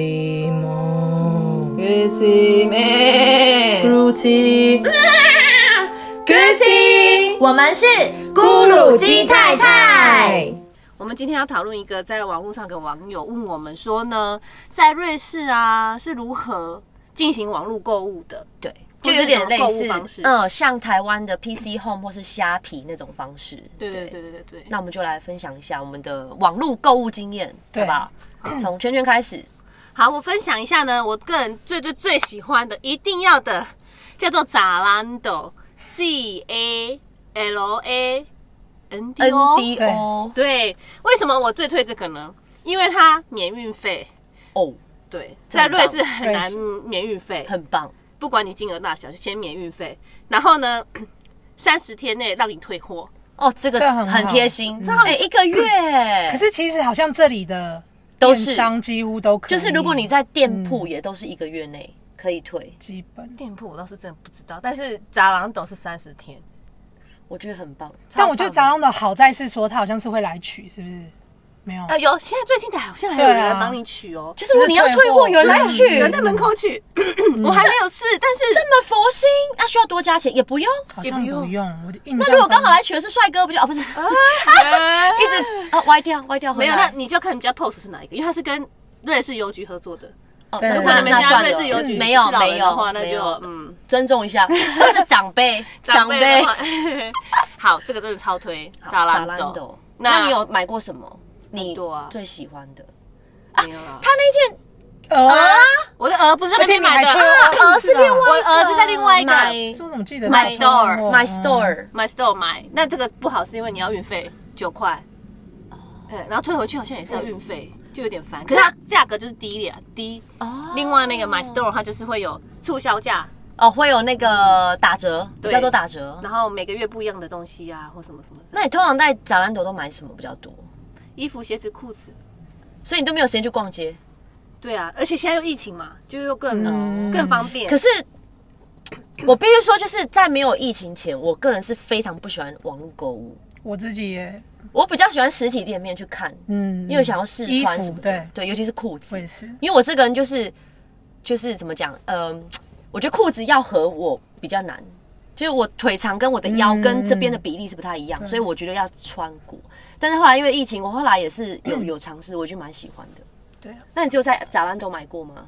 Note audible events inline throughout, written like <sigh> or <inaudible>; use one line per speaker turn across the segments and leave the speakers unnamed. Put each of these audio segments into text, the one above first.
그지모
Greeting，哎
그루지
，Greeting，
我们是咕噜鸡太太。
我们今天要讨论一个在网络上的网友问我们说呢，在瑞士啊是如何进行网络购物的？
对，
或
就是有点类
这种购物方
似
式，
嗯，像台湾的 PC Home 或是虾皮那种方式。
对对对对对对。
那我们就来分享一下我们的网络购物经验，
对
对吧？从圈圈开始，
好，我分享一下呢，我个人最最最喜欢的，一定要的，叫做 Zalando，Z A L A N D O。
NDO
对，为什么我最推这个呢？因为它免运费。
哦，
对，
这
在
很棒
瑞士很
瑞
难
士
免运费，
很棒，
不管你金额大小，就先免运费。然后呢， <coughs> 三十天内让你退货。
哦，这个
这很好
很贴心，
嗯
哎，一个月，
可是其实好像这里的
都是
电商几乎都可以，
就是如果你在店铺也都是一个月内可以退，
基本，
店铺我倒是真的不知道，但是杂狼斗是三十天。
我觉得很棒。
但我觉得杂狼的好在是说他好像是会来取，是不是？没有，
呃
啊有，现在最近的好像还有
对啊
人来帮你取哦，
就是如果你要退货，有人来取，
有人在门口 <laughs> 取，我还没有试，但嗯是
这么佛心，那、需要多加钱也不用。
好
也
像
不用
不用。我的印象
那如果
中
刚好来取的是帅哥，不就啊不是，一直啊歪掉歪掉，
没有，
回
那
来
你就看人家 POS 是哪一个，因为它是跟瑞士邮局合作的。
哦
对
如
那
果
那
你们
那
家
算
瑞士邮
了，
局
没有
是老人
没
的
有
话，那
没
就
有
嗯，
嗯尊重一下，那
<laughs>
是长辈
的话， <laughs> 好，这个真的超推，扎
扎
兰
兰
斗
斗。。那你有买过什么？
很
你
多啊
最喜欢的？
没有了
他？那件啊
呃，
我的鹅不是在
而
那
且
边
你还
买的，
推
啊
我
呃是另外
我儿子在另外一个
买
是我怎么记得
My
他
Store，
说过
My Store，
My Store 买。那这个不好是因为你要运费九块，对，然后退回去好像也是要运费，就有点烦。可是它价格就是低一点啊，低。
哦
另外那个 My Store 它就是会有促销价，
哦会有那个打折，比较多打折。
然后每个月不一样的东西啊，或什么什么的。
那你通常在扎兰朵都买什么比较多？
衣服、鞋子、裤子，
所以你都没有时间去逛街。
对啊，而且现在又疫情嘛，就又更、
嗯
更方便。
可是 <clears throat> 我必须说，就是在没有疫情前，我个人是非常不喜欢网络购物，
我自己也
我比较喜欢实体店面去看，
嗯，
因为想要试
衣
穿
服
什么的。
对，
尤其是裤
我
子
也，是。
因为我这个人就是就是怎么讲，嗯、我觉得裤子要合我比较难。就是我腿长跟我的腰
嗯
跟这边的比例是不太一样，
对
所以我觉得要穿过。但是后来因为疫情，我后来也是
<clears throat>
有有尝试，我觉得蛮喜欢的。
对啊，
那你只有在早安都买过吗？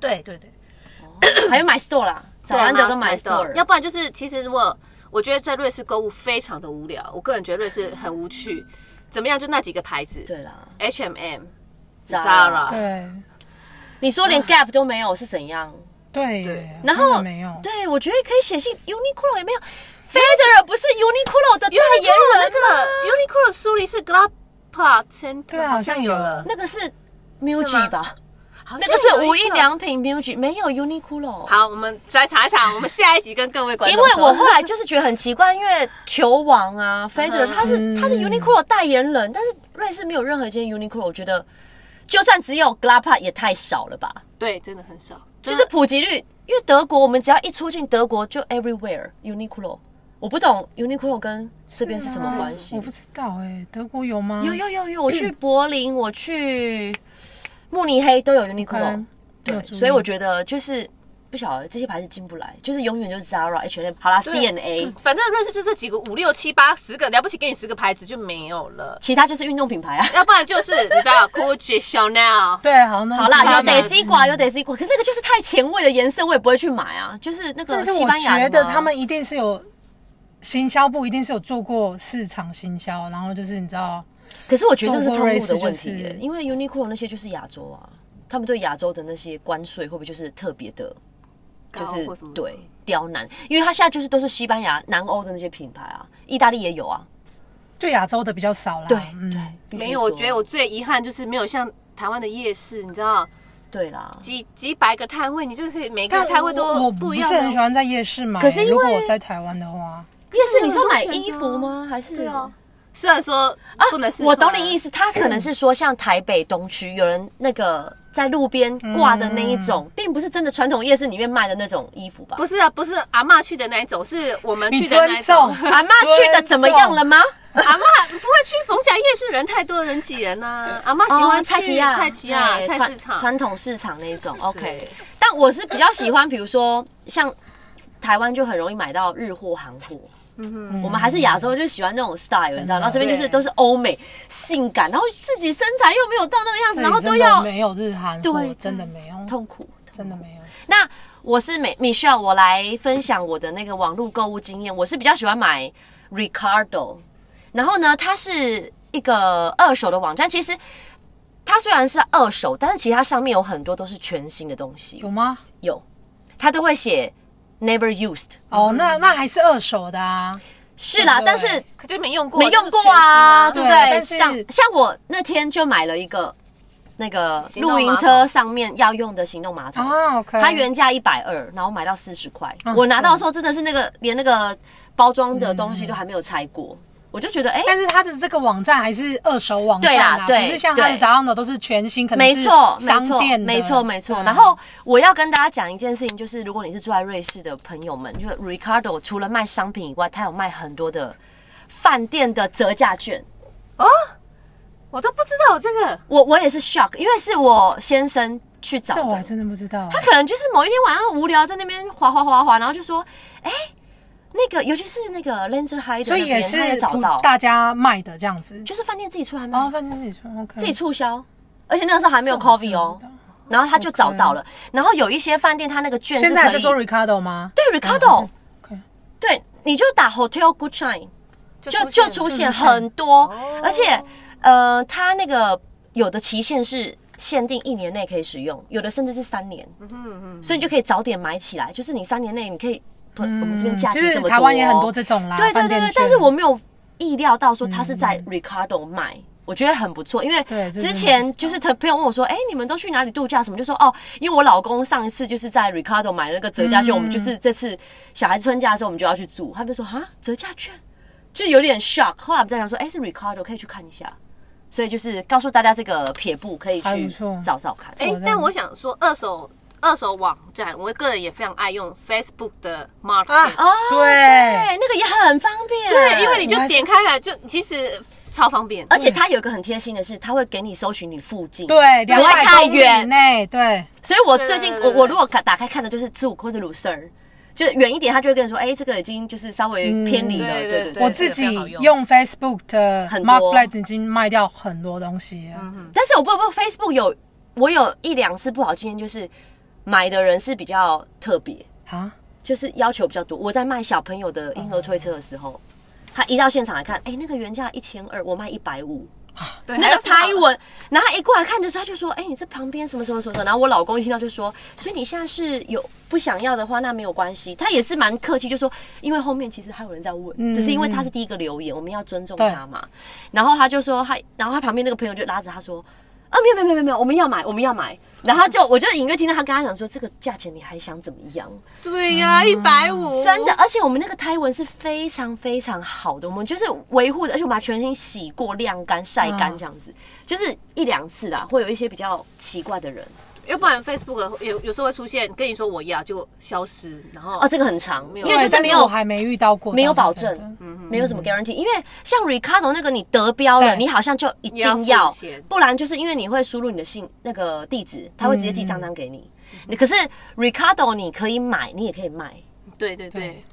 对对对，
还有买 store 啦，早安都
都
都买 store，
要不然就是其实如果我觉得在瑞士购物非常的无聊，我个人觉得瑞士很无趣。怎么样？就那几个牌子，
对啦。
，H M M、
Zara
对
对
你说连 Gap 都没有是怎样？
对
对
耶，
然
真的
后
啊没有，
对，我觉得可以写信 Uniqlo 也没有，Federer 不是 Uniqlo 的代言人
那个啊 Uniqlo 的苏黎世 Glapa Center，
对啊好像有了
那个是 Muji 吧？
好像
那个是无
有一
印
个。
良品 Muji，没有 Uniqlo。
好，我们再查一查，我们下一集跟各位观
因
众
为
说。
我后来就是觉得很奇怪，因为球王
嗯
啊，Federer 他是他是 Uniqlo 代言人，但是瑞士没有任何一间 Uniqlo，我觉得就算只有 Glapa 也太少了吧？
对，真的很少，
就
真
是
的
普及率，因为德国我们只要一出境德国就 everywhere Uniqlo，我不懂 Uniqlo 跟这边是什么关系
我？不知道嗯哎，德国有吗？
有有有有，我去柏林，我去慕尼黑都有
嗯
Uniqlo，
没
对，
有注意
所以我觉得就是不晓得这些牌子进不来，就是永远就是 Zara、H&M，好啦 C&A，
嗯
反正瑞士就这几个五六七八十个，了不起给你十个牌子就没有了，
其他就是运动品牌啊。
要不然就是你知道 Gucci、Chanel，
对，好像那
好啦，有
得
Daisy 瓜，有 Daisy 瓜，可是那个就是太前卫的颜色，我也不会去买啊。就是那个
但是
西
我
班牙
觉
的
得
吗
他们一定是有行销部，一定是有做过市场行销，然后就是你知道，
可是我觉得这个是通路的问
中国瑞士
题
就
耶
是，
因为 Uniqlo 那些就是亚洲啊，他们对亚洲的那些关税会不会就是特别的，就
高
是
或什么的
对刁难？因为它现在就是都是西班牙、南欧的那些品牌啊，意大利也有啊，
就亚洲的比较少啦。
对
嗯
对，，必须
没有。我
说
觉得我最遗憾就是没有像台湾的夜市，你知道
对啦，
几几百个摊位，你就可以每个
但
摊位
我
都
我
不
不
一样
是
的。哦
很喜欢在夜市买。
可是因为
如果我在台湾的话，
夜市你是
很
要
多
买
选
衣
择
服
啊
吗？还是
对啊？虽然说啊，不能试、
我懂你意，思，他可能是说像台北东区有人那个在路边挂的那一种，并不是真的传统夜市里面卖的那种衣服吧？
不是啊，不是阿嬷去的那一种，是我们
你
<laughs> 去的那一种
尊。重
阿妈去的怎么样了吗？
阿妈不会去逢甲夜市，人太多，人挤人呐、阿妈喜欢
哦
去
菜奇亚、
菜奇亚
哎
菜市
传
场。
传统市场那一种。OK，但我是比较喜欢，比如说像台湾就很容易买到日货、韩货。
嗯
我们还是亚洲，就喜欢那种 style，你知道？
真的
然后这边就是都是欧美性感，然后自己身材又没有到那个样子，
这
然
里
后都
真
要
的没有日韩货，
对
真的没有，
痛苦。
真的没有。
那我是美 Michelle，我来分享我的那个网络购物经验。我是比较喜欢买 Ricardo，然后呢，它是一个二手的网站。其实它虽然是二手，但是其实它上面有很多都是全新的东西
有，吗？
有它都会写 never used。
哦，那那还是二手的啊。
是啦，
对
但是
可就没用过，
没用过啊，
啊，
对
对
不
不
对？
对
像
但是
像我那天就买了一个那个
行动
露营
马桶
车上面要用的行动马桶，
啊，OK，
它原价一百二，然后买到四十块。
嗯嗯
我拿到的时候真的是那个连那个包装的东西都还没有拆过，我就觉得哎，
但是它的这个网站还是二手网
对啦
站啊
对
不是像它的
对
杂样的都是全新，可能
没
是
错，没
商
错，
店的
没错，没错。
对啊
然后我要跟大家讲一件事情，就是如果你是住在瑞士的朋友们，就是 Ricardo 除了卖商品以外，它有卖很多的饭店的折价券。
我都不知道有这个。
我我也是 shock，因为是我先生去找
这我
的
还，真的不知道。欸
他可能就是某一天晚上无聊在那边滑滑滑滑，然后就说，哎、那个尤其是那个 Lancer High，
所以也是
他也找
普
到，
大家卖的这样子，
就是饭店自己出来卖，
然后反正自己说 OK，
自己促销，而且那个时候还没有
哦嗯这我真
COVID
的
哦
不知道，嗯
然后他就找到了，然后有一些饭店他那个券是
现在还
可
在
以，
说 Ricardo 吗？
对
哦
Ricardo，、
OK，
对，你就打 Hotel Good Shine。就
出现
就出
了
就
现
出现嗯
很多
哦，
而且呃，它那个有的期限是限定一年内可以使用，有的甚至是三年，
嗯嗯，
所以你就可以早点买起来。就是你三年内你可以，不我
嗯
们这边假期
其
这
实
么多，
台湾也很多这种啦，
对对
饭
对
店
对
券，
但是我没有意料到说它是在 Ricardo 卖。我觉得很不错，因为
对
之
这真的
前
不
就是他朋友问我说：“哎、你们都去哪里度假？”什么就说哦，因为我老公上一次就是在 Ricardo 买那个折价券，我们就是这次小孩子春假的时候我们就要去住。他们就说啊，折价券就有点 shock。后来我们在想说，哎、是 Ricardo 可以去看一下，所以就是告诉大家这个撇步可以
还不
去
错
找找看。
哎、
好像
但我想说，二手二手网站，我个人也非常爱用 Facebook 的 Market，、
啊
哦，哎
对，
那个也很方便，
对，因为你就
我还是
点开来就其实超方便，
而且它有一个很贴心的是，它会给你搜寻你附近，
对，
不会
两百
太
公里
远
内，对，
所以我最近
对
我
对对
我如果打打开看的就是 Zook 或者 Lucerne，就远一点，他就会跟你说，哎、这个已经就是稍微偏离了，
嗯
对
对
对
对
对。
我
对
自己
这个比较好用
用 Facebook 的
很多嗯
Marketplace 已经卖掉很多东西了，
但是我不得不 Facebook 有我有一两次不好经验，就是买的人是比较特别，
啊，
就是要求比较多。我在卖小朋友的婴儿推车的时候。他一到现场来看，哎、那个原价一千二，我卖一百五，
对，
那个
还
拍
有什么
文，然后他一过来看的时候，他就说，哎、你这旁边什么什么什么什么，然后我老公一听到就说，所以你现在是有不想要的话，那没有关系，他也是蛮客气，就说，因为后面其实还有人在问，
嗯
只是因为他
嗯
是第一个留言，我们要尊重他嘛，然后他就说他，然后他旁边那个朋友就拉着他说，啊，没有没有没有没有，我们要买，我们要买。然后他就，我就隐约听到他跟他讲说，这个价钱你还想怎么样？
对呀、一百五，
真的，，而且我们那个胎纹是非常非常好的，我们就是维护的，而且我们把全身洗过、晾干、晒干
嗯
这样子，就是一两次啦，会有一些比较奇怪的人
要不然 Facebook 有有时候会出现跟你说我要就消失，然后
哦，这个很长，因
没有
为就
对
是
但
没
是
有
我还没遇到过，
没有
倒
保
是真的
证，
嗯
没有什么 guarantee，因为像 Ricardo 那个你得标了，
对
你好像就一定
也要
要
付钱，
不然就是因为你会输入你的信那个地址，他会直接寄账单给你。你可是 Ricardo 你可以买，你也可以卖，
对对对
对，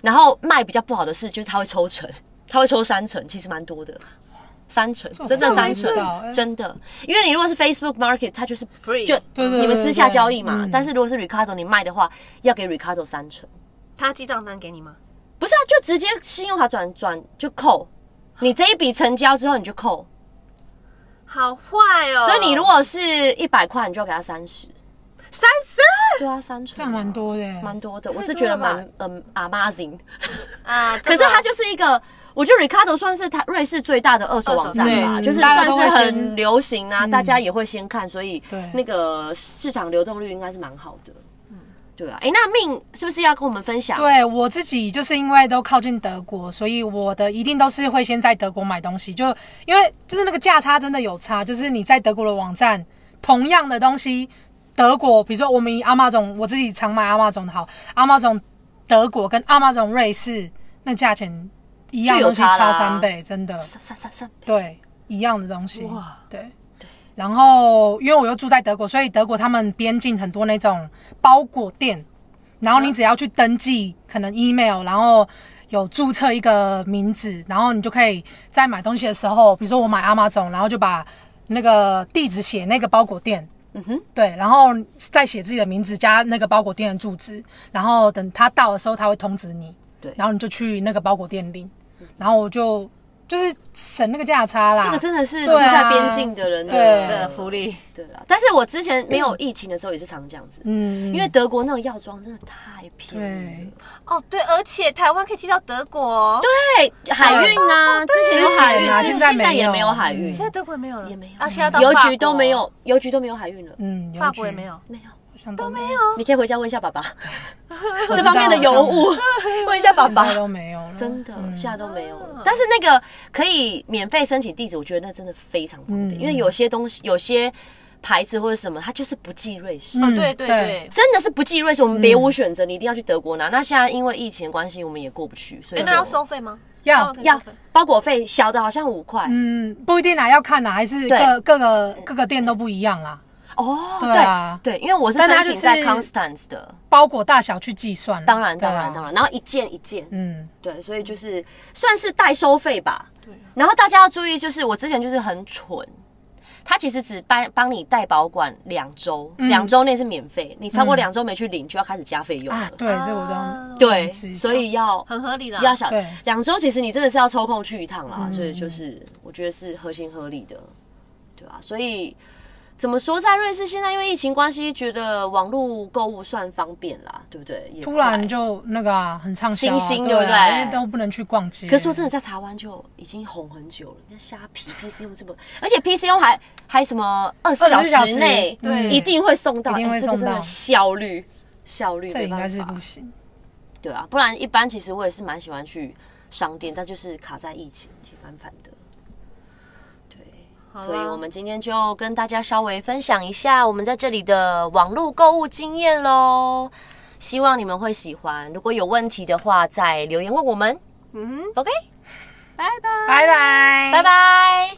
然后卖比较不好的是，就是他会抽成， <laughs> 他会抽三成，其实蛮多的，三成，
我
真的三
真的不知道哎
成，真的。因为你如果是 Facebook Market，它就是
Free
就
对对
你们私下交易嘛
对对。对嗯
但是如果是 Ricardo 你卖的话，要给 Ricardo 三成，
他记账单给你吗？
不是啊，就直接信用卡转转就扣。你这一笔成交之后你就扣，
好坏哦！
所以你如果是一百块，你就要给他三十。
三十
对啊，三成
这
啊
样蛮多的，
蛮多的，我是
多
觉得
了吧
蛮嗯 amazing。
啊，
可
可
是它就是一个，我觉得 Ricardo 算是它瑞士最大的二手网站
二手
吧，
对
就是
大
算
家
是
都会
很
先嗯
流行啊，大家也会先看，所以
对
那个市场流动率应该是蛮好的。对啊，哎，那命是不是要跟我们分享？，
对我自己就是因为都靠近德国，所以我的一定都是会先在德国买东西，就因为就是那个价差真的有差，就是你在德国的网站同样的东西，德国比如说我们以阿玛总我自己常买阿玛总的好，阿玛总德国跟阿玛总瑞士那价钱。一样
就有
东西
差啦
差三倍，真的
三三三三倍，
对一样的东西
哇，
对。然后，因为我又住在德国，所以德国他们边境很多那种包裹店，然后你只要去登记，可能 email，然
嗯
后有注册一个名字，然后你就可以在买东西的时候，比如说我买阿玛总，然后就把那个地址写那个包裹店，嗯
哼，
对，然后再写自己的名字加那个包裹店的住址，然后等他到的时候他会通知你，
对
然后你就去那个包裹店领，然后我就就是省那个价差啦，
这个真的是住
对
在
啊
边境的人
对啊
的福利，
对啦。但是我之前没有疫情的时候也是常这样子，
嗯，
因为德国那种药妆真的太便宜
对
了。
哦，对，而且台湾可以去到德国哦，对，
对，海运啊，之前有海运
之前啊，
之前
现在
现在也
没有
没有海运
现，在德国也没有了，
也没有
啊，现在到
邮
法
局都
国
没，有，邮局都没有海运了。
嗯，邮
法国也
局
没，有，
没有，
好像都没有，
你可以回家问一下爸
<laughs>
爸
我
这
啊
知
方面的
道
尤物， <laughs> 问一下
<laughs>
爸爸
现在。都没有了，
真的，
嗯
现在都没有了。但是那个可以免费申请地址，我觉得那真的非常方便，
嗯
因为有些东西、有些牌子或者什么，它就是不寄瑞士。
嗯
哦对对对
对，
真的是不寄瑞士，我们别无选择，你一定要去德
嗯
国拿。那现在因为疫情的关系，我们也过不去，所以
哎，
就
那要收费吗？
要
哦
要包裹费，小的好像五块
嗯，不一定啦，要看啦，还是
对
各各个各个店都不一样啦，
哦，
对啊
对，因为我是
但它
申
就
请在
是
Constance 的，
包裹大小去计算啦，
当然
对啊
当然当，然，然后一件一件，
嗯，
对，所以就是算是代收费吧。对。
啊
然后大家要注意，就是我之前就是很蠢，他其实只帮帮你代保管两周，
嗯
两周内是免费，你超过两周没去领就要开始加费用
啊
了，。
对，嗯这我都
对，
忘记
所以要
啊很合理啦，
要想
对嗯
两周，其实你真的是要抽空去一趟啦，所以就是我觉得是合情合理的，对吧、所以怎么说，在瑞士现在因为疫情关系，觉得网络购物算方便啦，对不对？也
突
快
然就那个啊，很畅销啊，
新兴
啊
对不对
因为都不能去逛街，啊
可是说真的，
的，
在台湾就已经红很久了，你看虾皮、PCU 这么，而且 PCU 还还什么二十
24
小
小
时
时
内，
对
一定会送到，
一定会
哎这个
送到
真的效率效率
这
没
应该
办
是
法
不，行，
对啊，不然一般其实我也是蛮喜欢去商店，但就是卡在疫情，其实蛮烦的。对，
啊
好
所以
啦
我们今天就跟大家稍微分享一下我们在这里的网络购物经验喽，希望你们会喜欢。如果有问题的话，再留言问我们。
嗯哼。
OK，
拜拜，
拜。拜。